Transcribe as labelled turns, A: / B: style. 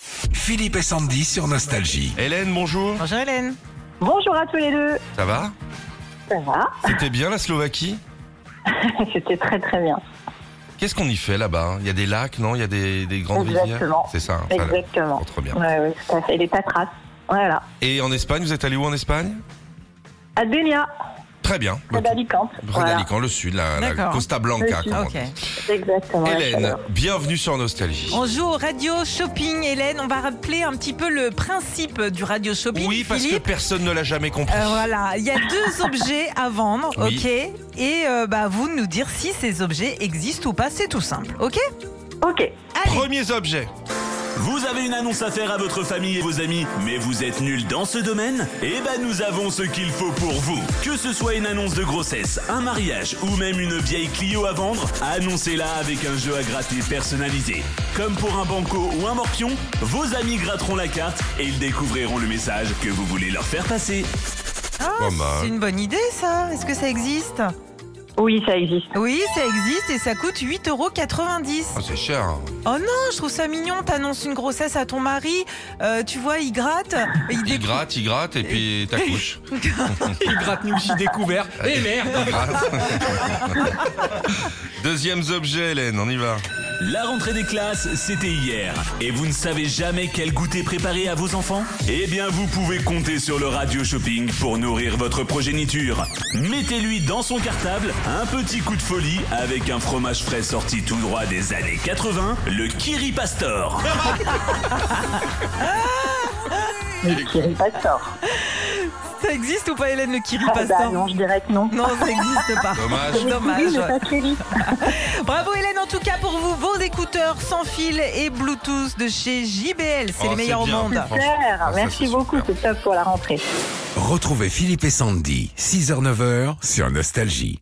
A: Philippe et Sandy sur Nostalgie.
B: Hélène, bonjour.
C: Ah.
D: Bonjour Hélène.
E: Bonjour à tous les deux.
B: Ça va
E: Ça va
B: C'était bien la Slovaquie
E: C'était très très bien.
B: Qu'est-ce qu'on y fait là-bas Il y a des lacs, non Il y a des, des grandes
E: Exactement.
B: rivières C'est ça, hein, ça a l'air
E: Exactement.
B: trop bien.
E: Ouais, ouais, tout à fait. Les tatras. Voilà.
B: Et en Espagne, vous êtes allé où en Espagne
E: À Denia,
B: Très bien.
E: près
B: Ok.
E: d'Alicante.
B: Près
E: Voilà.
B: d'Alicante, le sud, la, la
D: D'accord.
B: Costa Blanca.
E: Le sud.
B: comme on
D: Ah, Ok.
B: dit.
E: Exactement.
B: Hélène, bienvenue sur Nostalgie.
C: Oh,
D: On joue au radio shopping. Hélène, on va rappeler un petit peu le principe du radio shopping.
B: Oui, parce que
D: Philippe.
B: personne ne l'a jamais compris.
D: Euh, voilà, il y a deux objets à vendre,
B: Oui.
D: ok Et euh, bah, vous nous dire si ces objets existent ou pas, c'est tout simple, ok
E: Ok.
D: Allez,
B: Premiers objets.
F: Vous avez une annonce à faire à votre famille et vos amis, mais vous êtes nul dans ce domaine Eh ben nous avons ce qu'il faut pour vous. Que ce soit une annonce de grossesse, un mariage ou même une vieille Clio à vendre, annoncez-la avec un jeu à gratter personnalisé. Comme pour un banco ou un morpion, vos amis gratteront la carte et ils découvriront le message que vous voulez leur faire passer.
D: Ah,
B: Pas mal.
D: c'est une bonne idée ça Est-ce que ça existe
E: Oui, ça existe.
D: Oui, ça existe et ça coûte 8,90 euros.
B: Ah, c'est cher. hein.
D: Oh non, je trouve ça mignon, t'annonces une grossesse à ton mari, euh, tu vois, il gratte, il,
B: Il
D: décou-
B: gratte, il gratte, et puis t'accouches.
C: Il gratte nous aussi découvert. Et merde
B: Il gratte. Deuxième objet, Hélène, on y va.
F: La rentrée des classes, c'était hier. Et vous ne savez jamais quel goûter préparer à vos enfants Eh bien, vous pouvez compter sur le Radio Shopping pour nourrir votre progéniture. Mettez-lui dans son cartable un petit coup de folie avec un fromage frais sorti tout droit des années 80, le Kiri Pastor.
E: Mais Kiri Pastor.
D: Ça existe ou pas, Hélène, le Kiri
E: Ah, bah,
D: Pastor
E: non, je dirais que non.
D: Non, ça n'existe pas.
B: Dommage.
E: Oui, mais
D: Dommage.
E: pas Kiri.
D: Bravo Hélène, en tout cas pour vous, vos écouteurs sans fil et Bluetooth de chez JBL, c'est
B: Oh,
D: les meilleurs au
B: bien.
D: monde.
B: Franchement,
E: Super.
B: ah, ça,
E: Merci
B: c'est
E: beaucoup.
B: super.
E: C'est top pour la rentrée.
A: Retrouvez Philippe et Sandy, 6h-9h sur Nostalgie.